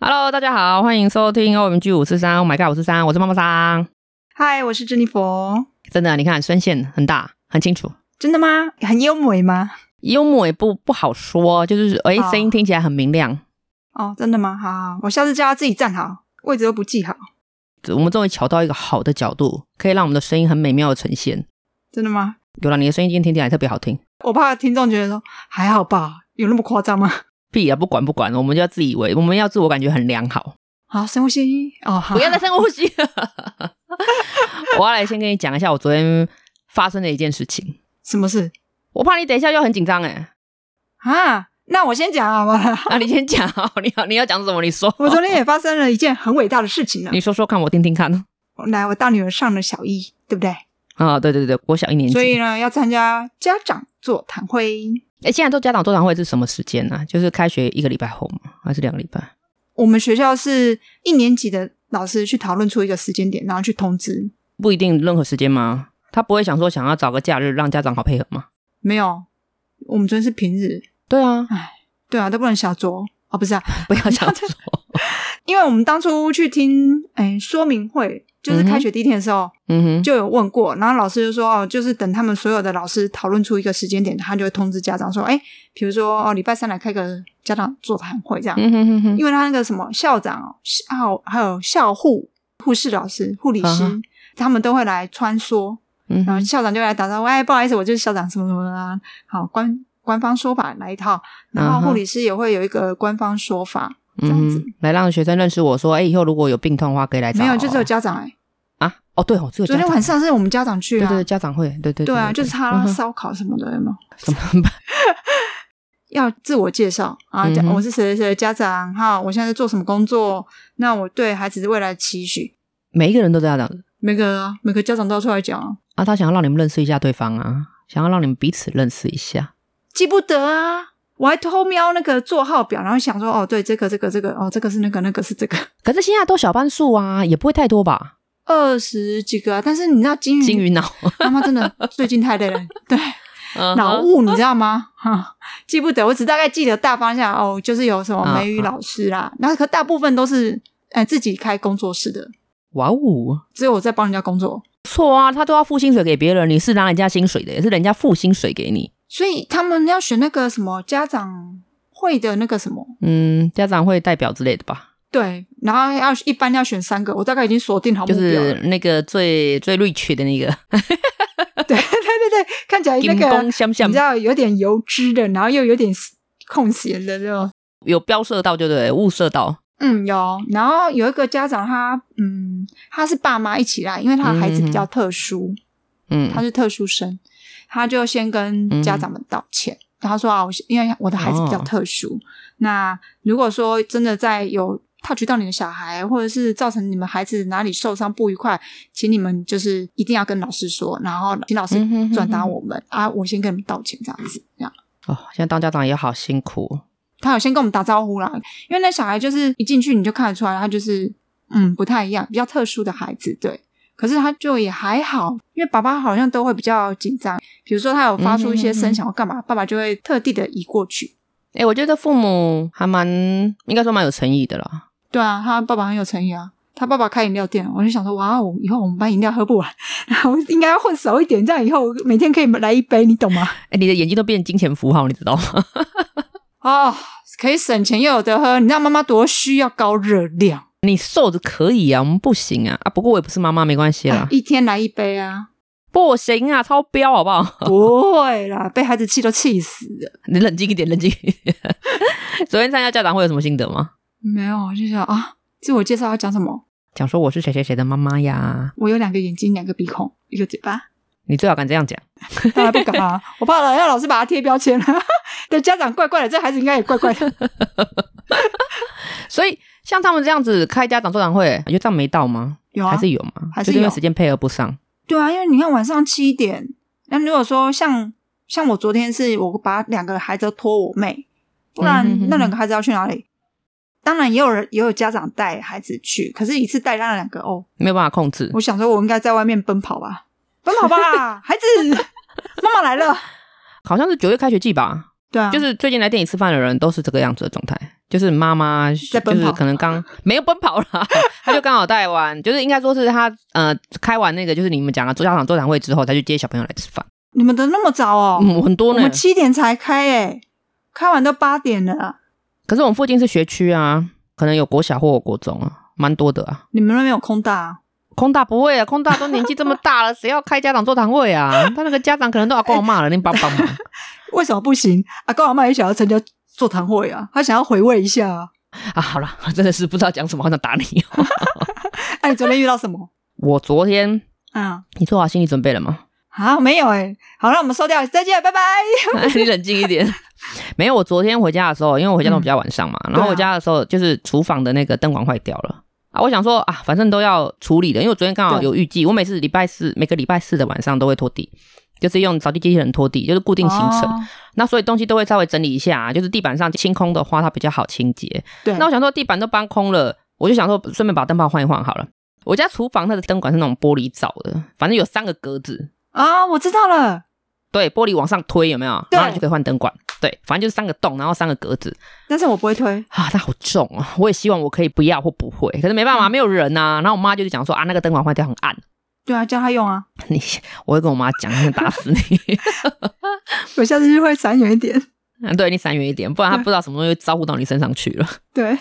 Hello，大家好，欢迎收听 OMG 五四三，Oh my god 五四三，我是妈妈桑。嗨，我是珍妮佛。真的，你看声线很大，很清楚，真的吗？很优美吗？幽默也不不好说，就是哎，哦声音听起来很明亮。哦，真的吗？好好，好我下次叫他自己站好，位置都不记好。我们终于瞧到一个好的角度，可以让我们的声音很美妙的呈现。真的吗？有了，你的声音今天听起来特别好听。我怕听众觉得说还好吧，有那么夸张吗？屁啊，不管不管，我们就要自以为，我们要自我感觉很良好。好，深呼吸。哦，好不要再深呼吸了。我要来先跟你讲一下我昨天发生的一件事情，什么事我怕你等一下就很紧张哎、啊？那我先讲好了。那、你先讲 哦，你要你要讲什么？你说，我昨天也发生了一件很伟大的事情呢你。说说看，我听听 看。来，我大女儿上了小一，对不对？啊，对对对，我小一年级。所以呢，要参加家长座谈会。哎，现在都家长座谈会是什么时间呢、啊？就是开学一个礼拜后吗？还是两个礼拜？我们学校是一年级的老师去讨论出一个时间点，然后去通知。不一定任何时间吗？他不会想说想要找个假日让家长好配合吗？没有，我们昨天是平日，对啊，对啊，都不能小酌哦，不是啊， 不要想 说。因为我们当初去听哎说明会，就是开学第一天的时候、嗯哼，就有问过，然后老师就说哦，就是等他们所有的老师讨论出一个时间点，他就会通知家长说，哎，比如说哦，礼拜三来开个家长座谈会这样，嗯哼哼哼，因为他那个什么校长哦，校还有校护、护士老师、护理师。啊哈他们都会来穿梭，嗯然后哼，校长就会来打招呼，哎，不好意思，我就是校长什么什么的啊。好，官官方说法来一套，然啊后哈护理师也会有一个官方说法，这样嗯子哼，来让学生认识我说，哎，以后如果有病痛的话，可以来找没我。有，就只有家长哎、啊，哦，对哦，只有昨家天长。晚上是我们家长去对啊，对对，家长会，对对对啊，就是他嗯哼烧烤什么的，有没有？ 怎么办？ 要自我介绍啊，讲嗯哼我是谁谁谁的家长哈，我现在在做什么工作，那我对孩子的未来的期许，每一个人都这样讲每个每个家长都要出来讲啊，啊，他想要让你们认识一下对方啊，想要让你们彼此认识一下。记不得啊。我还偷瞄那个座号表，然后想说，哦，对，这个这个这个，哦，这个是那个那个是这个，可是现在都小班数啊，也不会太多吧？二十几个啊。但是你知道金鱼，金鱼脑， 妈妈真的最近太累 了，对，脑嗯哼雾，你知道吗？哈，记不得，我只大概记得大方向哦，就是有什么嗯美语老师啦，那、可大部分都是呃自己开工作室的，哇哦，只有我在帮人家工作，不错啊，他都要付薪水给别人，你是拿人家薪水的，也是人家付薪水给你。所以他们要选那个什么家长会的那个什么，嗯，家长会代表之类的吧，对，然后要一般要选三个，我大概已经锁定好目就标了，是那个最最 rich 的那个对对对对，看起来那金个工相像你知，道有点油脂的，然后又有点空闲的那种。有标射到就对了，物射到。嗯，有。然后有一个家长他，嗯，他是爸妈一起来，因为他的孩子比较特殊，嗯他是特殊生，他就先跟家长们道歉，然后说啊，我是因为我的孩子比哦较特殊，那如果说真的在有 touch 到你的小孩，或者是造成你们孩子哪里受伤不愉快，请你们就是一定要跟老师说，然后请老师嗯哼哼哼转达我们、啊，我先跟你们道歉，这样子，这样。哦，现在当家长也好辛苦。他有先跟我们打招呼啦，因为那小孩就是一进去你就看得出来，他就是嗯不太一样，比较特殊的孩子，对。可是他就也还好，因为爸爸好像都会比较紧张，比如说他有发出一些嗯哼嗯哼声想要干嘛，爸爸就会特地的移过去。哎、我觉得父母还蛮，应该说蛮有诚意的啦。对啊，他爸爸很有诚意啊，他爸爸开饮料店，我就想说哇哦，以后我们班饮料喝不完，然后应该要混熟一点，这样以后我每天可以来一杯，你 懂吗？哎、你的眼睛都变金钱符号，你知道吗？ 哦，可以省钱又有得喝，你知道妈妈多需要高热量，你瘦着可以啊，我们不行啊啊！不过我也不是妈妈，没关系啦。一天来一杯啊。不行啊，超标好不好？不会啦，被孩子气都气死了。你冷静一点，冷静 一点。昨天参加家长会有什么心得吗？没有，我就想啊，自我介绍要讲什么？讲说我是谁谁谁的妈妈呀？我有两个眼睛，两个鼻孔，一个嘴 巴。你最好敢这样讲。当然不敢啊，我怕了，让老师把他贴标签了。 对家长怪怪的，这孩子应该也怪怪的。所以像他们这样子开家长座谈会，你觉得这样没到吗？ 有啊，还是有吗？还是就因为有时间配合不上。对啊，因为你看晚上七点，那如果说像像我昨天是我把两个孩子都托我妹，不嗯哼哼然哼那两个孩子要去哪里？当然也有人也有家长带孩子去，可是一次带那两个哦，没有办法控制我想说，我应该在外面奔跑吧，奔 跑吧，孩子，妈妈来了。好像是九月开学季吧，对啊，就是最近来店里吃饭的人都是这个样子的状态。就是妈妈就在奔是跑可能刚没有奔 跑啦，他就刚好带完，就是应该说是他呃开完那个就是你们讲的家长座谈会之后，他就接小朋友来吃饭，你们的那么早哦？嗯，很多我呢们。七点才开诶、开完都八点了。可是我们附近是学区啊，可能有国小或有国中啊，蛮多的啊。你们那边有空大、啊？空大不会啊，空大都年纪这么大 了，谁要开家长座谈会啊？他那个家长可能都要跟我骂了，你帮帮忙。为什么不行？啊，高老妈也想要参加座谈会啊，她想要回味一下啊。啊，好了，真的是不知道讲什么，好想打你、哦。哎、你昨天遇到什么？我昨天，嗯，你做好心理准备了吗？啊，没有哎、好，那我们收掉，再见，拜拜。 你冷静一点。嗯没有，我昨天回家的时候，因为我回家都比较晚上嘛，然后对啊我家的时候就是厨房的那个灯管坏掉了啊，我想说啊，反正都要处理的，因为我昨天刚好对有预计，我每次礼拜四每个礼拜四的晚上都会拖地，就是用扫地机器人拖地，就是固定行程。哦那所以东西都会稍微整理一下、就是地板上清空的话，它比较好清洁。对，那我想说地板都搬空了，我就想说顺便把灯泡换一换好了。我家厨房它的灯管是那种玻璃罩的，反正有三个格子，啊，我知道了。对，玻璃往上推有没有？对然后你就可以换灯管。对，反正就是三个洞，然后三个格子但是我不会推，啊，它好重啊！我也希望我可以不要或不会，可是没嗯办法，没有人呐、啊。然后我妈就是讲说啊，那个灯管坏掉很暗， 对啊，叫他用啊，你我会跟我妈讲，她想打死你， 啊我下次就会闪远一点。对你闪远一点，不然嗯她不知道什么东西招呼到你身上去了。对，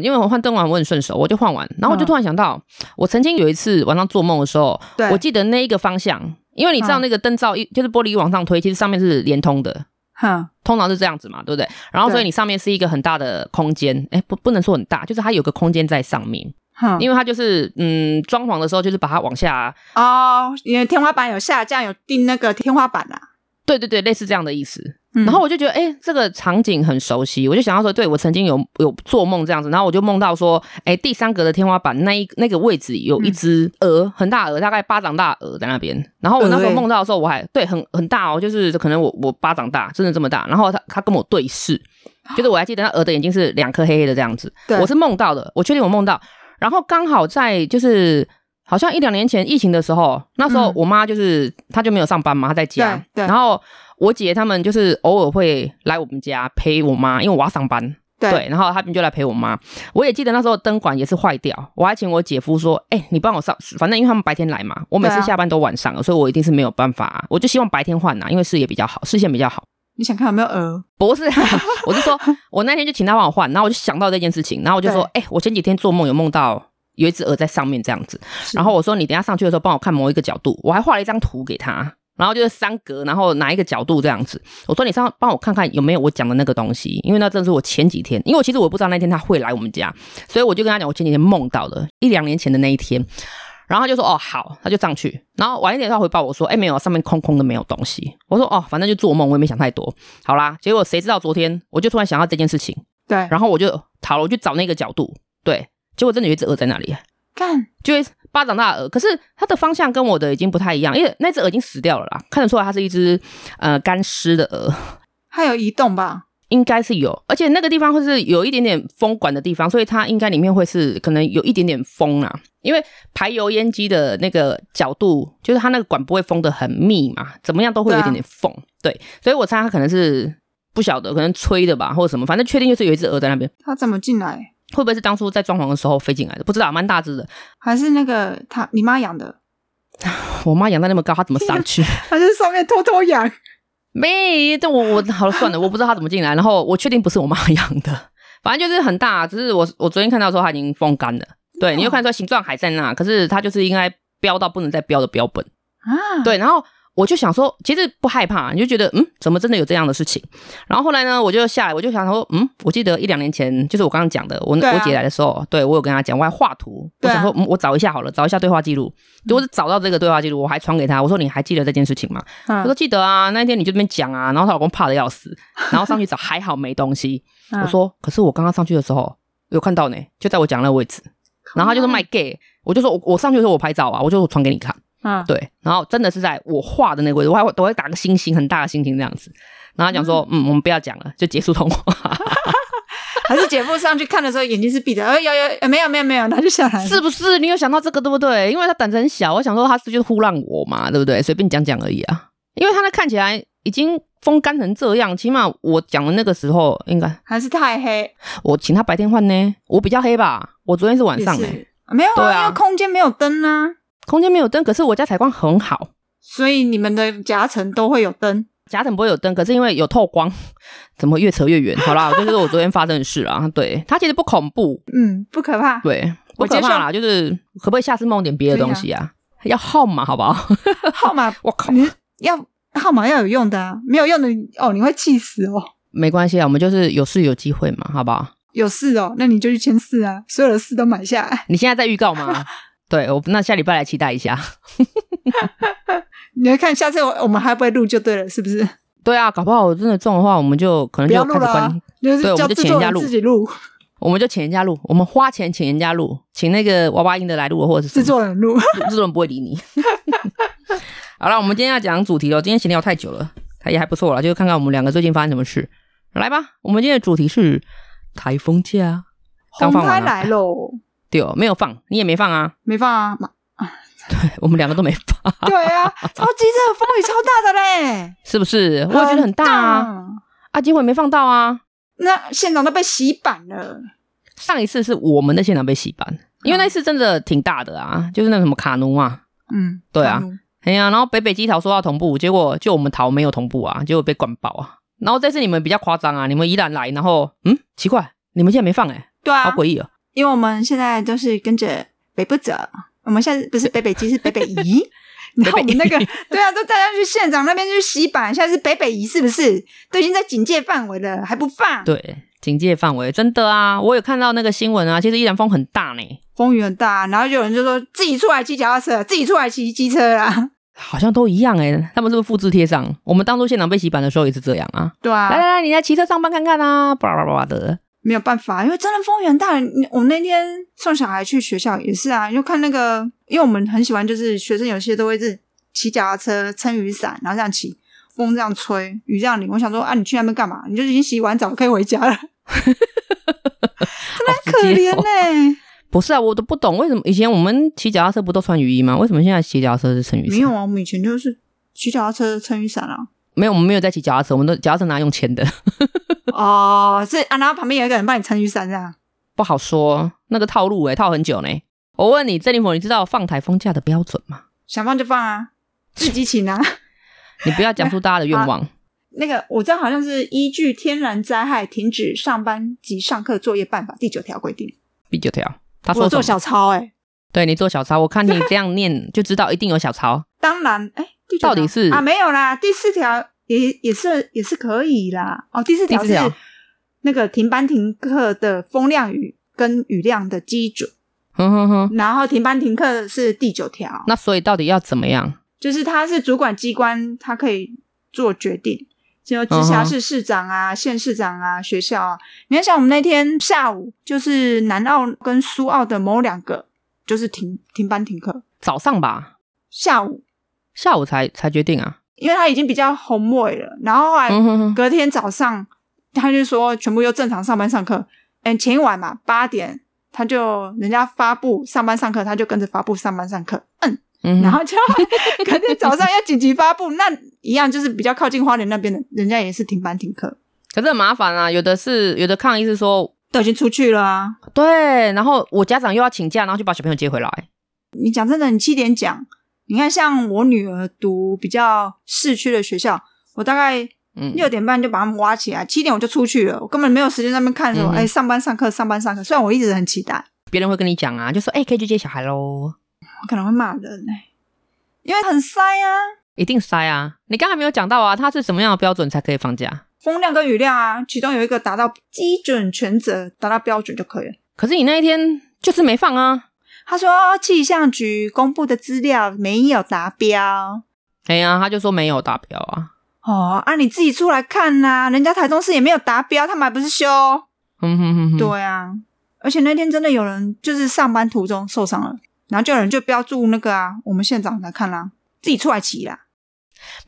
因为我换灯管我很顺手，我就换完，然后我就嗯突然想到，我曾经有一次晚上做梦的时候，对我记得那一个方向，因为你知道嗯那个灯罩一就是玻璃往上推，其实上面是连通的，哼，通常是这样子嘛，对不对？然后所以对你上面是一个很大的空间，哎，不不能说很大，就是它有个空间在上面，哼，因为它就是嗯装潢的时候就是把它往下，哦，因为天花板有下降，有钉那个天花板啊。对对对，类似这样的意思。嗯然后我就觉得，哎，这个场景很熟悉，我就想要说，对我曾经有有做梦这样子，然后我就梦到说，哎，第三格的天花板那一那个位置有一只鹅，很大鹅，大概巴掌大的鹅在那边。然后我那时候鹅欸梦到的时候，我还对很很大哦，就是可能我我巴掌大，真的这么大。然后它它跟我对视，就是我还记得那鹅的眼睛是两颗黑黑的这样子，啊对，我是梦到的，我确定我梦到。然后刚好在就是好像一两年前疫情的时候，那时候嗯我妈就是、她就没有上班嘛，她在家。对对然后我姐他们就是偶尔会来我们家陪我妈，因为我要上班。对然后他们就来陪我妈。我也记得那时候灯管也是坏掉，我还请我姐夫说：“哎、你帮我上，反正因为他们白天来嘛，我每次对啊下班都晚上了，所以我一定是没有办法、我就希望白天换啊呐、因为视野比较好，视线比较好。”你想看有没有鹅？不是、啊，我是说，我那天就请他帮我换，然后我就想到这件事情，然后我就说，哎、我前几天做梦有梦到有一只鹅在上面这样子， 然后我说你等一下上去的时候帮我看某一个角度，我还画了一张图给他，然后就是三格，然后哪一个角度这样子，我说你上帮我看看有没有我讲的那个东西，因为那正是我前几天，因为我其实我不知道那天他会来我们家，所以我就跟他讲我前几天梦到的，一两年前的那一天。然后他就说哦好，他就上去，然后晚一点他回报我说，哎没有，上面空空的没有东西。我说哦，反正就做梦，我也没想太多。好啦，结果谁知道昨天我就突然想到这件事情，对，然后我就好了，我去找那个角度，对，结果真的有一只鹅在那里，干，呃就是巴掌大的鹅，可是它的方向跟我的已经不太一样，因为那只鹅已经死掉了啦，看得出来它是一只呃干尸的鹅，它有移动吧？应该是有，而且那个地方会是有一点点风管的地方，所以它应该里面会是可能有一点点风啦、因为排油烟机的那个角度，就是它那个管不会封的很密嘛，怎么样都会有一点点缝，对，所以我猜它可能是不晓得，可能吹的吧，或者什么，反正确定就是有一只鹅在那边，它怎么进来？会不会是当初在装潢的时候飞进来的？不知道，蛮大只的，还是那个它你妈养的？我妈养在那么高，它怎么上去？它在上面偷 偷养？没，但我我好了算了，我不知道他怎么进来，然后我确定不是我妈养的，反正就是很大，只是我我昨天看到的时候它已经风干了，对，哦你就看出来形状还在那，可是它就是应该标到不能再标的标本，啊，，对，然后。我就想说，其实不害怕，你就觉得嗯，怎么真的有这样的事情？然后后来呢，我就下来，我就想说，嗯，我记得一两年前，就是我刚刚讲的，我、对啊我姐来的时候，对我有跟她讲，我还画图，我对啊想说，嗯，我找一下好了，找一下对话记录。结果是找到这个对话记录，我还传给她，我说你还记得这件事情吗？嗯她说记得啊，那一天你就这边讲啊，然后她老公怕的要 死，然后上去找还好没东西。嗯我说可是我刚刚上去的时候有看到呢，就在我讲那个位置，哦然后她就说卖 gay，我就说我我上去的时候我拍照啊，我就传给你看，嗯，对，然后真的是在我画的那个位置，我还都会打个星星，很大的星星这样子。然后她讲说，嗯，我们不要讲了，就结束通话，还是姐夫上去看的时候眼睛是闭的，呃，有有，呃没有没有没有，他就下来了。是不是？你有想到这个对不对？因为她胆子很小，我想说她是就是糊烂我嘛，对不对？随便讲讲而已啊。因为它那看起来已经风干成这样，起码我讲的那个时候应该还是太黑，我请他白天换呢，我比较黑吧，我昨天是晚上也哎、是没有对啊因为空间没有灯啊，空间没有灯，可是我家采光很好，所以你们的夹层都会有灯。夹层不会有灯，可是因为有透光， 怎么越扯越远？好 啦，这就是我昨天发生的事啊。对，它其实不恐怖，嗯，不可怕。对，不我接可受怕啦，就是可不可以下次梦点别的东西啊？要号码好不好？ 号码我靠，你要号码要有用的啊，没有用的哦，你会气死哦。没关系啊，我们就是有事有机会嘛，好不好？有四哦，那你就去签四啊，所有的四都买下来。 你现在在预告吗？对，我那下礼拜来期待一下。你来看下次我我们还会不会录就对了，是不是？对啊，搞不好我真的中的话，我们就可能不就要开录始了关，啊，就是对我叫们就制请人作家人录嗯自己录，我们就请人家录，我们花钱请人家录，请那个娃娃音的来录，或者是什制么作人录。 制作人不会理你。好了，我们今天要讲主题了。今天闲聊太久了，它也还不错了，就看看我们两个最近发生什么事。来吧，我们今天的主题是台风假，刚红放开完啊来喽，对哦，没有放，你也没放啊， 没放啊？妈我们两个都没放，对啊，超级热，风雨超大的嘞，是不是？我也觉得很大啊，很大。啊，结果也没放到啊。那现场都被洗版了，上一次是我们的现场被洗版，因为那一次真的挺大的啊，就是那个什么卡奴嘛，嗯，对啊大陆，哎呀、然后北北基桃说要同步，结果就我们桃没有同步啊，结果被灌爆啊。然后这次你们比较夸张啊，你们依然来，然后嗯，奇怪，你们现在没放哎、对好啊，诡异哦。因为我们现在都是跟着北部走，我们现在不是北北基，是北 北移。然后我们那个，对啊，都大家去县长那边去洗版，现在是北北移是不是？都已经在警戒范围了，还不放？，对，警戒范围真的啊，我有看到那个新闻啊，其实依然风很大呢，风雨很大，然后就有人就说自己出来骑脚踏车，自己出来骑机车啊啦。好像都一样哎、他们是不是复制贴上？我们当初现场被洗版的时候也是这样啊。对啊，来来来，你来骑车上班看看啊，巴拉巴拉巴拉的。没有办法，因为真的风源大。你我那天送小孩去学校也是啊，就看那个，因为我们很喜欢，就是学生有些都会是骑脚踏车、撑雨伞，然后这样骑，风这样吹，雨这样淋。我想说啊，你去那边干嘛？你就已经洗完澡可以回家了，好可直接怜哦呢、不是啊，我都不懂为什么以前我们骑脚踏车不都穿雨衣吗？为什么现在骑脚踏车是穿雨没伞？有啊，我们以前就是骑脚踏车、撑雨伞啊。没有，我们没有在骑脚踏车，我们都脚踏车拿用牵的，哦，是啊，然后旁边有一个人帮你撑雨伞这样。不好说那个套路诶、套很久呢、我问你，郑林佛，你知道放台风假的标准 吗？想放就放啊，自己请啊。你不要讲出大家的愿望。那个我知道好像是依据《天然灾害停止上班及上课作业办法》第九条规定。第九条，他我说做什么？小抄哎、对你做小抄，我看你这样 念就知道一定有小抄。当然哎，第九条到底是啊没有啦，第四条也也是也是可以啦。哦，第四条第是四条那个停班停课的风量与跟雨量的基准，哼哼哼，然后停班停课是第九条，那所以到底要怎么样？就是它是主管机关，它可以做决定。就嗯直辖市市长啊、县市长啊、学校啊，你看像我们那天下午，就是南澳跟苏澳的某两个，就是停停班停课。早上吧，下午，下午才才决定啊。因为他已经比较红尾了，然后后来嗯哼哼，隔天早上，他就说全部又正常上班上课。嗯，前一晚嘛，八点他就人家发布上班上课，他就跟着发布上班上课。嗯，嗯然哼，后就隔天早上要紧急发布，那一样就是比较靠近花莲那边的，人家也是停班停课，可是很麻烦啊，有的是有的抗议是说。都已经出去了啊。对，然后我家长又要请假，然后就把小朋友接回来。你讲真的，你七点讲，你看像我女儿读比较市区的学校，我大概嗯，六点半就把他们挖起来，七点我就出去了，我根本没有时间在那边看什么，嗯哼哎、上班上课，上班上课。虽然我一直很期待，别人会跟你讲啊，就说哎、可以去接小孩喽，我可能会骂人哎、因为很塞啊，一定塞啊。你刚才没有讲到啊，它是什么样的标准才可以放假？风量跟雨量啊，其中有一个达到基准权责，达到标准就可以了。可是你那一天就是没放啊。他说哦气象局公布的资料没有达标。哎呀，他就说没有达标啊。哦，啊，你自己出来看呐、人家台中市也没有达标，他们还不是修？嗯哼哼哼，对啊，而且那天真的有人就是上班途中受伤了，然后就有人就标注那个啊，我们县长来看啦、自己出来骑啦。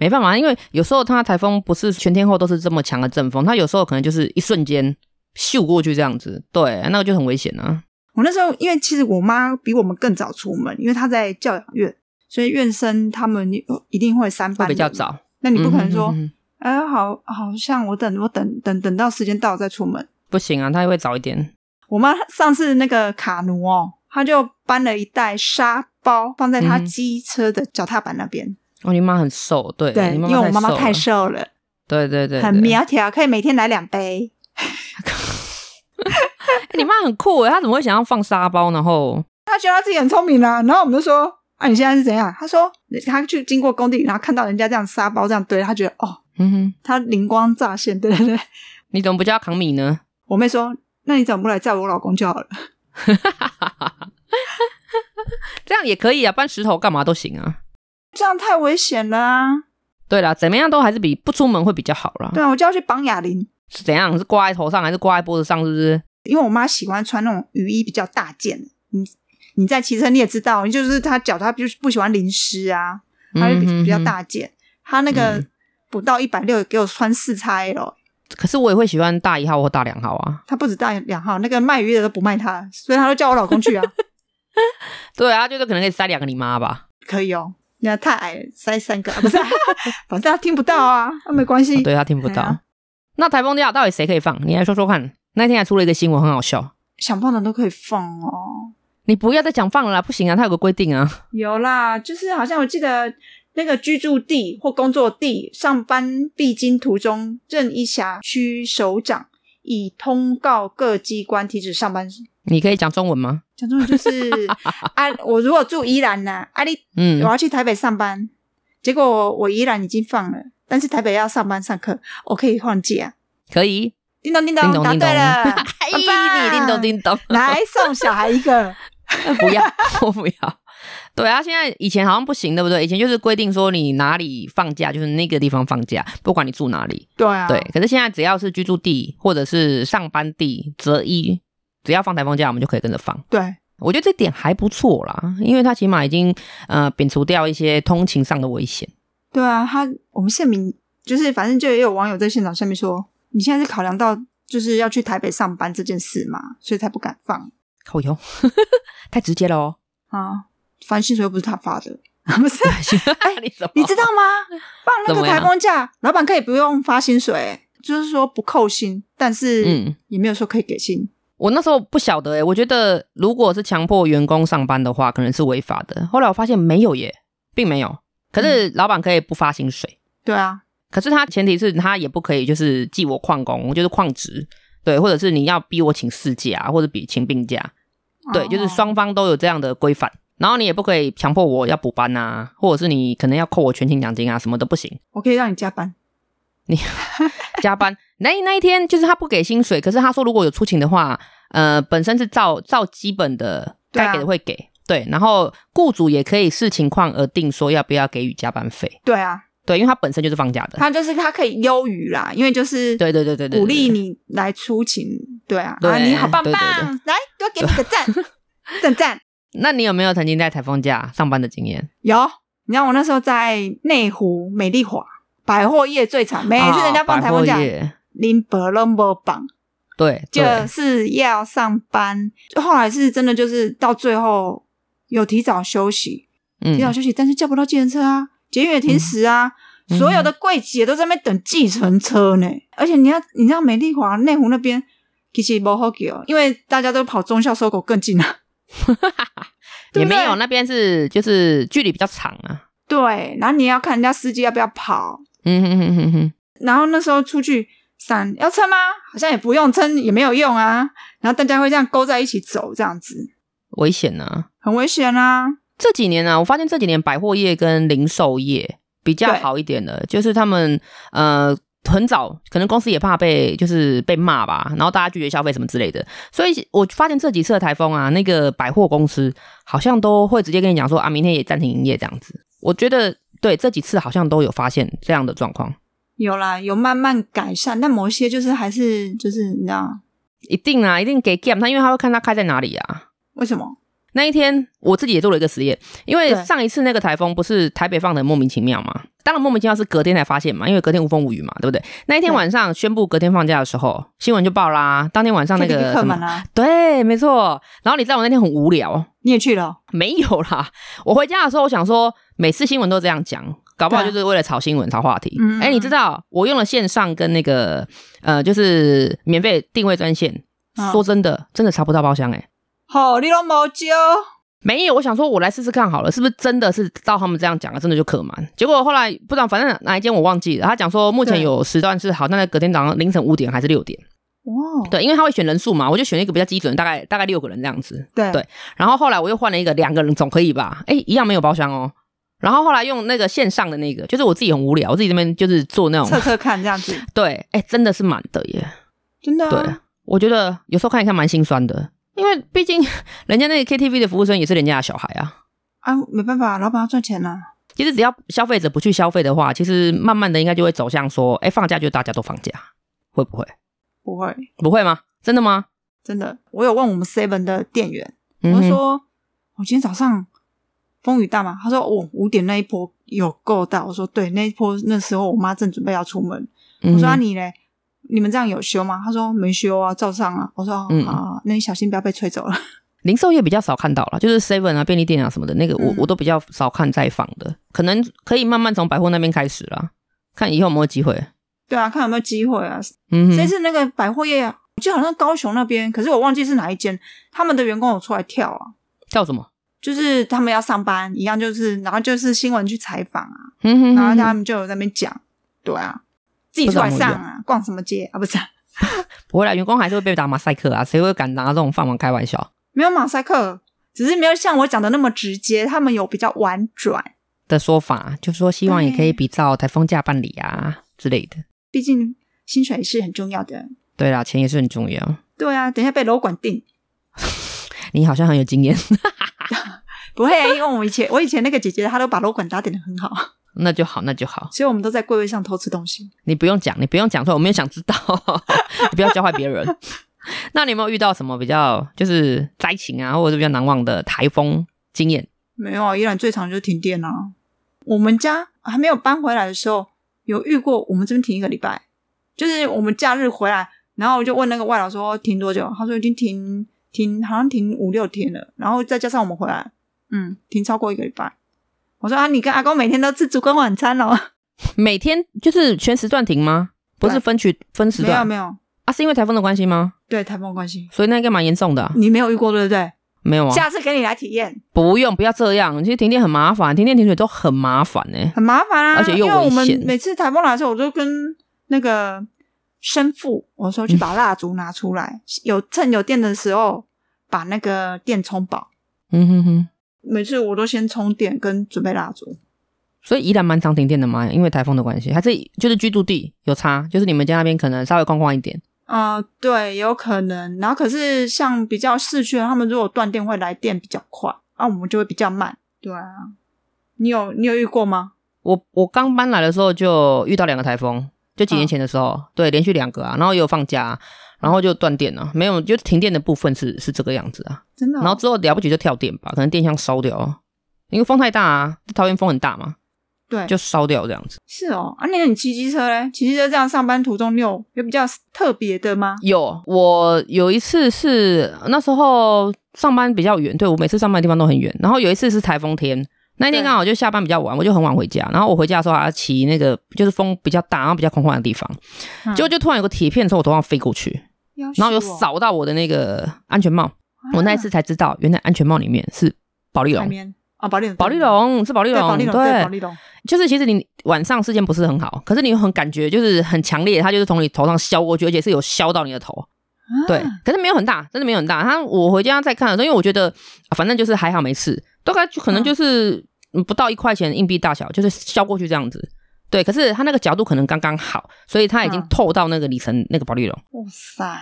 没办法，啊因为有时候它台风不是全天候都是这么强的阵风，它有时候可能就是一瞬间咻过去这样子，对，那个就很危险啊。我那时候因为其实我妈比我们更早出门，因为她在教养院，所以院生他们呃一定会三会班比较轮早，那你不可能说，嗯嗯嗯嗯哎、好，好像我等我等等等到时间到了再出门。不行啊，他会早一点。我妈上次那个卡奴哦，她就搬了一袋沙包放在她嗯机车的脚踏板那边。哦，你妈很瘦，对，对，你因妈为我妈妈了太，瘦了，对对对，很对。苗条，可以每天来两杯。哎你妈很酷哎，她怎么会想要放沙包？然后她觉得她自己很聪明啊，然后我们就说：“啊，你现在是怎样？”她说：“她去经过工地，然后看到人家这样沙包这样堆，她觉得哦，嗯哼，她灵光乍现，对对对。”你怎么不叫她扛米呢？我妹说：“那你怎么不来载我老公就好了这样也可以啊，搬石头干嘛都行啊。？”这样太危险了啊！对啦，怎么样都还是比不出门会比较好啦。对啊，我就要去绑哑铃，是怎样？是挂在头上还是挂在脖子上？是不是？因为我妈喜欢穿那种雨衣比较大件的。你你在骑车你也知道，就是她脚她就是不喜欢淋湿啊，她就比嗯比较。嗯嗯大件。她那个嗯不到一百六给我穿四叉 L，可是我也会喜欢大一号或大两号啊。她不止大两号，那个卖鱼的都不卖她，所以她都叫我老公去啊， 对啊，就是可能可以塞两个你妈吧。可以哦。那太矮了，塞三个啊，不是啊、 反正她听不到啊，那、没关系。哦对他听不对到啊。那台风假到底谁可以放？你来说说看。那天还出了一个新闻，很好笑。想放的都可以放哦。你不要再讲放了啦，不行啊，它有个规定啊。有啦，就是好像我记得那个居住地或工作地、上班必经途中，任一辖区首长已通告各机关停止上班。你可以讲中文吗？讲中文就是 啊，我如果住宜兰呐、啊，你嗯我，要去台北上班，结果我我宜兰已经放了，但是台北要上班上课，我可以放假。可以。叮咚叮叮咚，咚答叮对咚， 了，哎很棒你叮咚叮咚， 来送小孩一个。不要，我不要。对啊，现在以前好像不行，对不对？以前就是规定说你哪里放假，就是那个地方放假，不管你住哪里。对啊，对，可是现在只要是居住地或者是上班地，择一，只要放台风假，我们就可以跟着放。对，我觉得这点还不错啦，因为它起码已经呃摒除掉一些通勤上的危险。对啊，他我们县民就是反正就也有网友在现场下面说，你现在是考量到就是要去台北上班这件事嘛，所以才不敢放靠哟， 太直接了哦！啊。反正薪水又不是他发的， 不是？ 你怎么哦你知道 吗？放那哦怎个么样台风假，老板可以不用发薪水、就是说不扣薪，但是嗯也没有说可以给薪。我那时候不晓得诶、欸我觉得如果是强迫员工上班的话，可能是违法的。后来我发现没有耶，并没有。可嗯是老板可以不发薪水，对啊，可是他前提是他也不可以就是记我旷工，就是旷职，对，或者是你要逼我请事假或者比请病假，对，就是哦双方都有这样的规范。然后你也不可以强迫我要补班啊，或者是你可能要扣我全勤奖金啊，什么都不行。我可以让你加班。加班。 那那一天就是他不给薪水，可是他说如果有出勤的话，呃，本身是照照基本的对啊该给的会给，对，然后雇主也可以视情况而定说要不要给予加班费，对啊，对，因为他本身就是放假的，他就是他可以优于啦，因为就是对对对对对，鼓励对，你来出勤，对啊，对啊，你好棒对棒，对来多给你个赞， 赞赞。对那你有没有曾经在台风假上班的经验？有，你知道我那时候在内湖美丽华百货业最惨，每次人家放台风假假，，拎伯龙伯榜，对，就对，是要上班。就后来是真的就是到最后有提早休息，提早嗯，休息，但是叫不到计程车啊，捷运也停驶啊。嗯所有的柜姐都在那边等计程车呢，而且你要你知道美丽华内湖那边其实不好叫，因为大家都跑中校收狗更近啊。 对也不对没有，那边是就是距离比较长啊，对，然后你也要看人家司机要不要跑，嗯哼哼哼哼，然后那时候出去伞要撑吗？好像也不用撑，也没有用啊。然后大家会这样勾在一起走，这样子危险啊，很危险啊。这几年呢、我发现这几年百货业跟零售业比较对好一点的，就是他们呃很早，可能公司也怕被就是被骂吧，然后大家拒绝消费什么之类的，所以我发现这几次的台风啊，那个百货公司好像都会直接跟你讲说啊，明天也暂停营业这样子。我觉得对这几次好像都有发现这样的状况，有啦，有慢慢改善，但某些就是还是就是你知道一定啊，一定给 game 他，因为他会看他开在哪里啊。为什么？那一天我自己也做了一个实验，因为对上一次那个台风不是台北放的莫名其妙嘛？当然莫名其妙是隔天才发现嘛，因为隔天无风无雨嘛，对不对？那一天对晚上宣布隔天放假的时候，新闻就报啦。当天晚上那个 KTV 什客满么，啊，对，没错。然后你知道我那天很无聊，你也去了哦、没有啦。我回家的时候，我想说，每次新闻都这样讲，搞不好就是为了炒新闻、炒话题。哎、啊嗯嗯你知道我用了线上跟那个呃，就是免费定位专线，嗯说真的，真的查不到包厢哎、好，你都没招，没有，我想说，我来试试看好了，是不是真的是照他们这样讲的，真的就可瞒？结果后来不知道，反正哪一间我忘记了。他讲说，目前对有时段是好，但在隔天早上凌晨五点还是六点？哇，对，因为他会选人数嘛，我就选一个比较基准，大概大概六个人这样子。对对然后后来我又换了一个两个人，总可以吧？哎，一样没有包厢哦。然后后来用那个线上的那个，就是我自己很无聊，我自己这边就是做那测种，测看这样 子，对，哎，真的是满的耶。真的、对啊，，我觉得有时候看一看蛮心酸的，因为毕竟人家那个 KTV 的服务生也是人家的小孩啊。啊，没办法，老板要赚钱呐、啊，其实只要消费者不去消费的话，其实慢慢的应该就会走向说，哎，放假就大家都放假，会不会？不会，不会吗？真的吗？真的，我有问我们 Seven 的店员，嗯我哼就说、我今天早上风雨大嘛，他说我五点那一波有够大，我说对，那一波那时候我妈正准备要出门，我说啊嗯哼你嘞，你们这样有休吗？他说没休啊，照上啊。我说哦嗯好啊，那你小心不要被吹走了。零售业比较少看到了，就是 Seven 啊、便利店啊什么的，那个我嗯我都比较少看在访的，可能可以慢慢从百货那边开始啦，看以后有没有机会。对啊，看有没有机会啊。嗯这哼，次那个百货业，我记得好像高雄那边，可是我忘记是哪一间，他们的员工有出来跳啊，叫什么？就是他们要上班一样，就是然后就是新闻去采访啊，嗯哼然后他哼们就有在那边讲，对啊，自己出来上啊，逛什么街啊？不是啊、不会啦，员工还是会被打马赛克啊，谁会敢拿这种饭碗开玩笑？没有马赛克，只是没有像我讲的那么直接，他们有比较婉转，的说法就说希望也可以比照台风假办理啊之类的。毕竟薪水是很重要的。对啦，钱也是很重要。对啊，等一下被楼管定。你好像很有经验，不会，啊因为我以前我以前那个姐姐，她都把楼管打点的很好，那就好，那就好。所以我们都在柜位上偷吃东西。你不用讲，你不用讲出来，我没有想知道， 你不要教坏别人。 那你有没有遇到什么比较就是灾情啊，或者是比较难忘的台风经验？没有啊，依然最长就是停电啊。我们家还没有搬回来的时候，有遇过我们这边停一个礼拜，就是我们假日回来，然后我就问那个外劳说停多久，他说已经停停好像停五六天了，然后再加上我们回来，嗯，停超过一个礼拜。我说啊，你跟阿公每天都吃烛光晚餐哦？每天就是全时段停吗？不是分区分时没有段没有，啊？是因为台风的关系吗？对台风的关系，所以那应该蛮严重的啊、你没有遇过对不对？没有啊？下次给你来体验，不用，不要这样。其实停电很麻烦，停电停水都很麻烦欸呢、很麻烦啊，而且又因为我危们险每次台风来的时候，我就跟那个生父 我说去把蜡烛拿出来，有趁有电的时候把那个电充饱。嗯哼哼，每次我都先充电跟准备蜡烛，所以宜兰蛮常停电的嘛，因为台风的关系，还是就是居住地有差，就是你们家那边可能稍微空旷一点。呃，对，有可能。然后可是像比较市区的，他们如果断电会来电比较快，啊，我们就会比较慢。对啊，你有你有遇过吗？我我刚搬来的时候就遇到两个台风，就嗯几年前的时候，对，连续两个啊，然后也有放假啊、然后就断电了、没有，就停电的部分是是这个样子啊。真的哦、然后之后了不起就跳电吧，可能电箱烧掉啊，因为风太大啊，桃园风很大嘛，对，就烧掉这样子。是哦。啊，那你骑机车嘞？骑机车这样上班途中，你有有比较特别的吗？有，我有一次是那时候上班比较远，对我每次上班的地方都很远。然后有一次是台风天，那一天对刚好就下班比较晚，我就很晚回家。然后我回家的时候还要骑那个就是风比较大，然后比较空旷的地方，嗯哦结果就突然有个铁片从我头上飞过去，然后有扫到我的那个安全帽。我那一次才知道，原来安全帽里面是保丽海龙。绵啊，啊保利龙，保丽龙是保丽对，龙，保利龙，对，保利龙，就是其实你晚上视线不是很好，可是你很感觉就是很强烈，它就是从你头上削过去，而且是有削到你的头。啊对，可是没有很大，真的没有很大。他我回家再看的时候，因为我觉得、啊反正就是还好没事，大概就可能就是嗯不到一块钱硬币大小，就是削过去这样子。对，可是它那个角度可能刚刚好，所以它已经嗯透到那个里程那个保利龙。哇塞，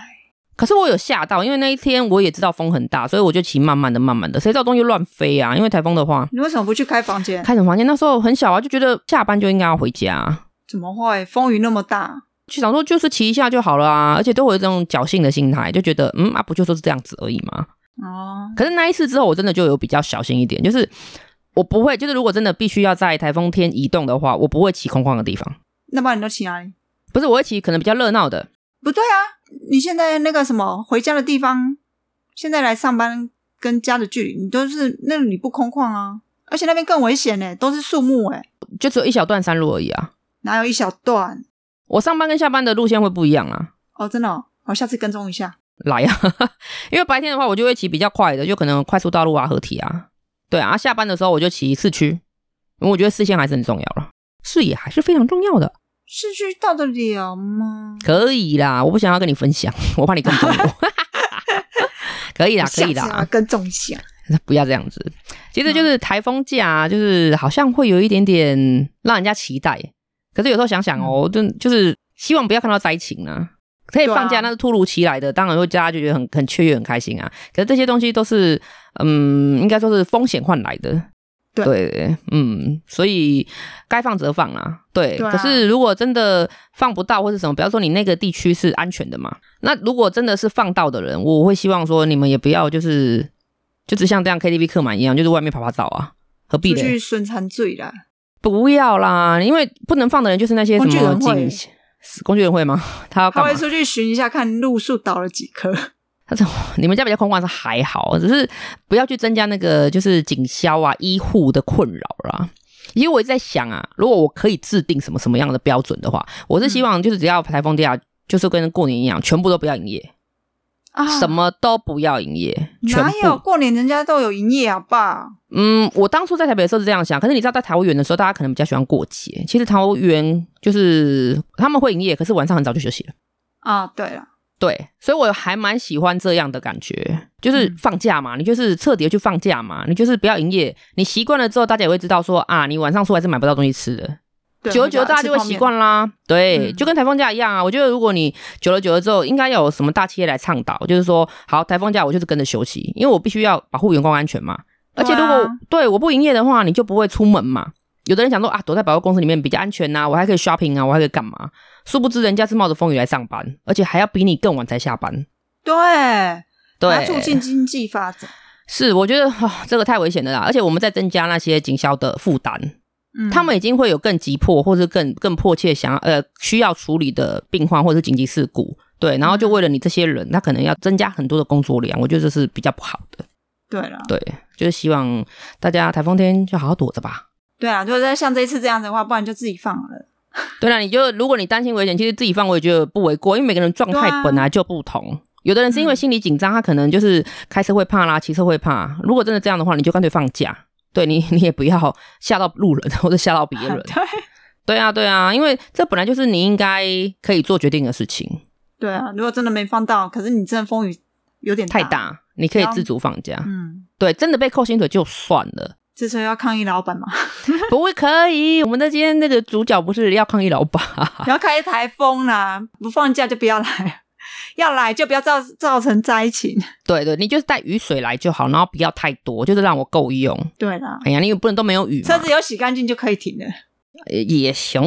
可是我有吓到，因为那一天我也知道风很大，所以我就骑慢慢的、慢慢的，谁知道东西乱飞啊！因为台风的话，你为什么不去开房间？开什么房间？那时候很小啊，就觉得下班就应该要回家啊、怎么会风雨那么大？去想说就是骑一下就好了啊，而且都会有这种侥幸的心态，就觉得嗯啊不就都是这样子而已嘛。哦，可是那一次之后，我真的就有比较小心一点，就是我不会，就是如果真的必须要在台风天移动的话，我不会骑空旷的地方，那不然你都骑哪里？不是我会骑可能比较热闹的。不对啊，你现在那个什么回家的地方，现在来上班跟家的距离，你都是那里不空旷啊，而且那边更危险呢，都是树木哎，就只有一小段山路而已啊。哪有一小段？我上班跟下班的路线会不一样啊，哦，真的、哦，我下次跟踪一下。来啊，因为白天的话我就会骑比较快的，就可能快速道路啊、合体啊，对啊。下班的时候我就骑市区，因为我觉得视线还是很重要了，视野还是非常重要的。市区到哦得了吗？可以啦，我不想要跟你分享，我怕你跟踪我。 可以啦，啊可以我下次要啦，跟踪一下。不要这样子。其实嗯就是台风假、啊，就是好像会有一点点让人家期待，可是有时候想嗯想哦，就就是希望不要看到灾情啊。可以放对假，啊那是突如其来的，当然会大家就觉得很很雀跃、很开心啊。可是这些东西都是，嗯，应该说是风险换来的。对嗯，所以该放则放啊。对，对啊可是如果真的放不到或是什么，比方说你那个地区是安全的嘛，那如果真的是放到的人，我会希望说你们也不要就是就只像这样 KTV 客满一样，就是外面拍拍照啊，何必出呢？去损残罪啦，不要啦，因为不能放的人就是那些什工具么人会警工具人会吗？他要他干嘛会？出去巡一下，看路树倒了几棵。他说你们家比较空旷是还好，只是不要去增加那个就是警消啊、医护的困扰啦。因为我一直在想啊，如果我可以制定什么什么样的标准的话，我是希望就是只要台风假，就是跟过年一样，全部都不要营业，啊， 什么都不要营业，全哪有部。过年人家都有营业好不好？嗯，我当初在台北的时候是这样想，可是你知道在桃园的时候，大家可能比较喜欢过节。其实桃园就是他们会营业，可是晚上很早就休息了。啊，对了，对，所以我还蛮喜欢这样的感觉，就是放假嘛，你就是彻底的去放假嘛，你就是不要营业，你习惯了之后，大家也会知道说啊，你晚上出来是买不到东西吃的，对久而久之大家就会习。惯啦。对，嗯就跟台风假一样啊。我觉得如果你久了久了之后，应该有什么大企业来倡导，就是说，好，台风假我就是跟着休息，因为我必须要保护员工安全嘛。而且如果对啊对我不营业的话，你就不会出门嘛。有的人想说啊，躲在百货公司里面比较安全呐、我还可以 shopping 啊，我还可以干嘛？殊不知人家是冒着风雨来上班，而且还要比你更晚才下班。对，对，要促进经济发展。是，我觉得、哦、这个太危险了啦，而且我们在增加那些警消的负担。嗯，他们已经会有更急迫或是更更迫切想要呃需要处理的病患或者是紧急事故，对，然后就为了你这些人，他可能要增加很多的工作量，我觉得这是比较不好的，对了，对，就是希望大家台风天就好好躲着吧。对啊，如果再像这一次这样子的话，不然就自己放了。对啦，你就如果你担心危险，其实自己放我也觉得不为过，因为每个人状态对啊本来就不同。有的人是因为心理紧张，他可能就是开车会怕啦，骑车会怕。如果真的这样的话，你就干脆放假，对你 你也不要吓到路人或者吓到别人。对对啊，对啊，因为这本来就是你应该可以做决定的事情， 对啊，如果真的没放到，可是你真的风雨有点太，大，你可以自主放假。嗯，对，真的被扣薪水就算了，这时候要抗议老板嘛，不会可以。我们的今天那个主角不是要抗议老板，不 要开台风啦，不放假就不要来， 要来就不要造造成灾情。 对对，你就是带雨水来就好，然后不要太多，就是让我够用。对啦，哎呀，你也不能都没有雨嘛车子有洗干净就可以停了。也行。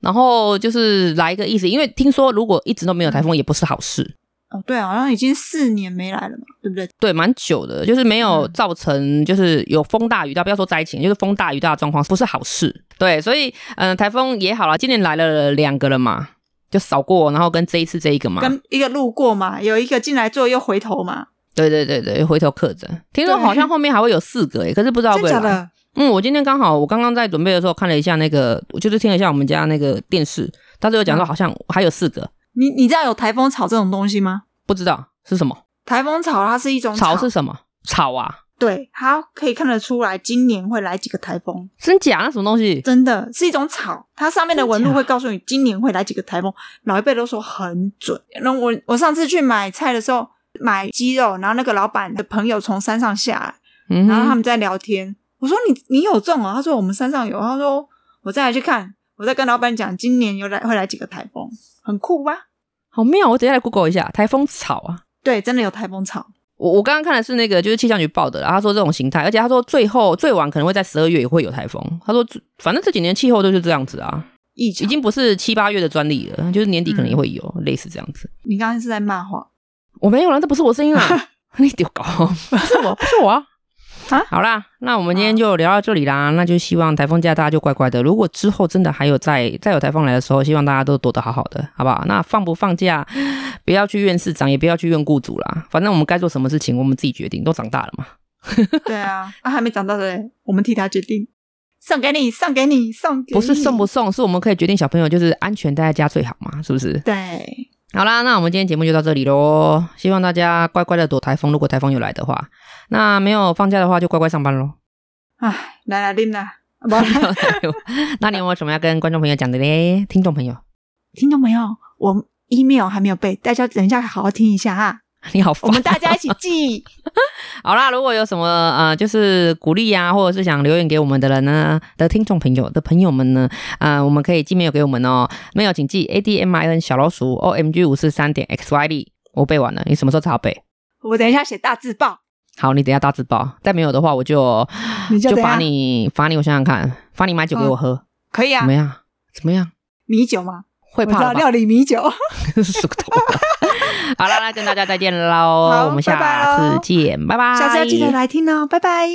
然后就是来一个意思，因为听说如果一直都没有台嗯风也不是好事，哦，对啊，好像已经四年没来了嘛，对不对？对，蛮久的，就是没有嗯造成就是有风大雨大，不要说灾情，就是风大雨大的状况不是好事。对，所以嗯，呃台风也好啦，今年来了两个了嘛，就扫过，然后跟这一次这一个嘛，跟一个路过嘛，有一个进来之后又回头嘛，对对对对，回头客着。听说对好像后面还会有四个诶、欸可是不知道会真不会假来。的？嗯，我今天刚好我刚刚在准备的时候看了一下那个，我就是听了一下我们家那个电视，他就有嗯讲到好像还有四个，你你知道有台风草这种东西吗？不知道是什么台风草它是一种草是什么草啊？对，它可以看得出来今年会来几个台风，真假那什么东西？真的是一种草，它上面的纹真路假会告诉你今年会来几个台风。老一辈都说很准。那我我上次去买菜的时候买鸡肉，然后那个老板的朋友从山上下来，嗯哼，然后他们在聊天。我说你你有中哦，他说我们山上有，他说我再来去看，我再跟老板讲今年有来会来几个台风，很酷吧？好妙，我等一下来 Google 一下台风草啊。对，真的有台风草，我我刚刚看的是那个，就是气象局报的啦，他说这种形态，而且他说最后最晚可能会在十二月也会有台风。他说最反正这几年气候都是这样子啊，异已常。经不是七八月的专利了，就是年底可能也会有、类似这样子。你刚刚是在骂话，我没有啦，这不是我声音 啊，你丢狗，不是我，不是我啊。 啊好啦，那我们今天就聊到这里啦。那就希望台风假大家就乖乖的。如果之后真的还有再再有台风来的时候，希望大家都躲得好好的，好不好？那放不放假，不要去怨市长，也不要去怨雇主啦。反正我们该做什么事情，我们自己决定。都长大了嘛。对啊，啊还没长大的人，我们替他决定，送给你，送给你，送给你不是送不送，是我们可以决定小朋友就是安全待在家最好嘛，是不是？对，好啦，那我们今天节目就到这里喽。希望大家乖乖的躲台风，如果台风有来的话，那没有放假的话就乖乖上班喽。哎，来啦，拎啦，啊不啦 那你有没有什么要跟观众朋友讲的嘞？听众朋友，听众朋友，我 email 还没有背，大家等一下好好听一下啊，你好烦我们大家一起记。 好啦，如果有什么呃，就是鼓励呀、或者是想留言给我们的人呢的听众朋友的朋友们呢，啊、我们可以寄 mail 给我们哦。mail 请记 a d m i n 小老鼠 o m g 五四三点 x y d。我背完了，你什么时候才要背？我等一下写大字报，好，你等一下大字报，再没有的话我就你就就怎罚样你罚你，我想想看，罚你买酒给我喝，可以怎啊么，样？怎么样？米酒嘛，会我知怕道了吧？料理米酒， 是个头啊。好啦，那跟大家再见喽好，我们拜拜下次咯见，拜拜，下次要记得来听哦，拜拜。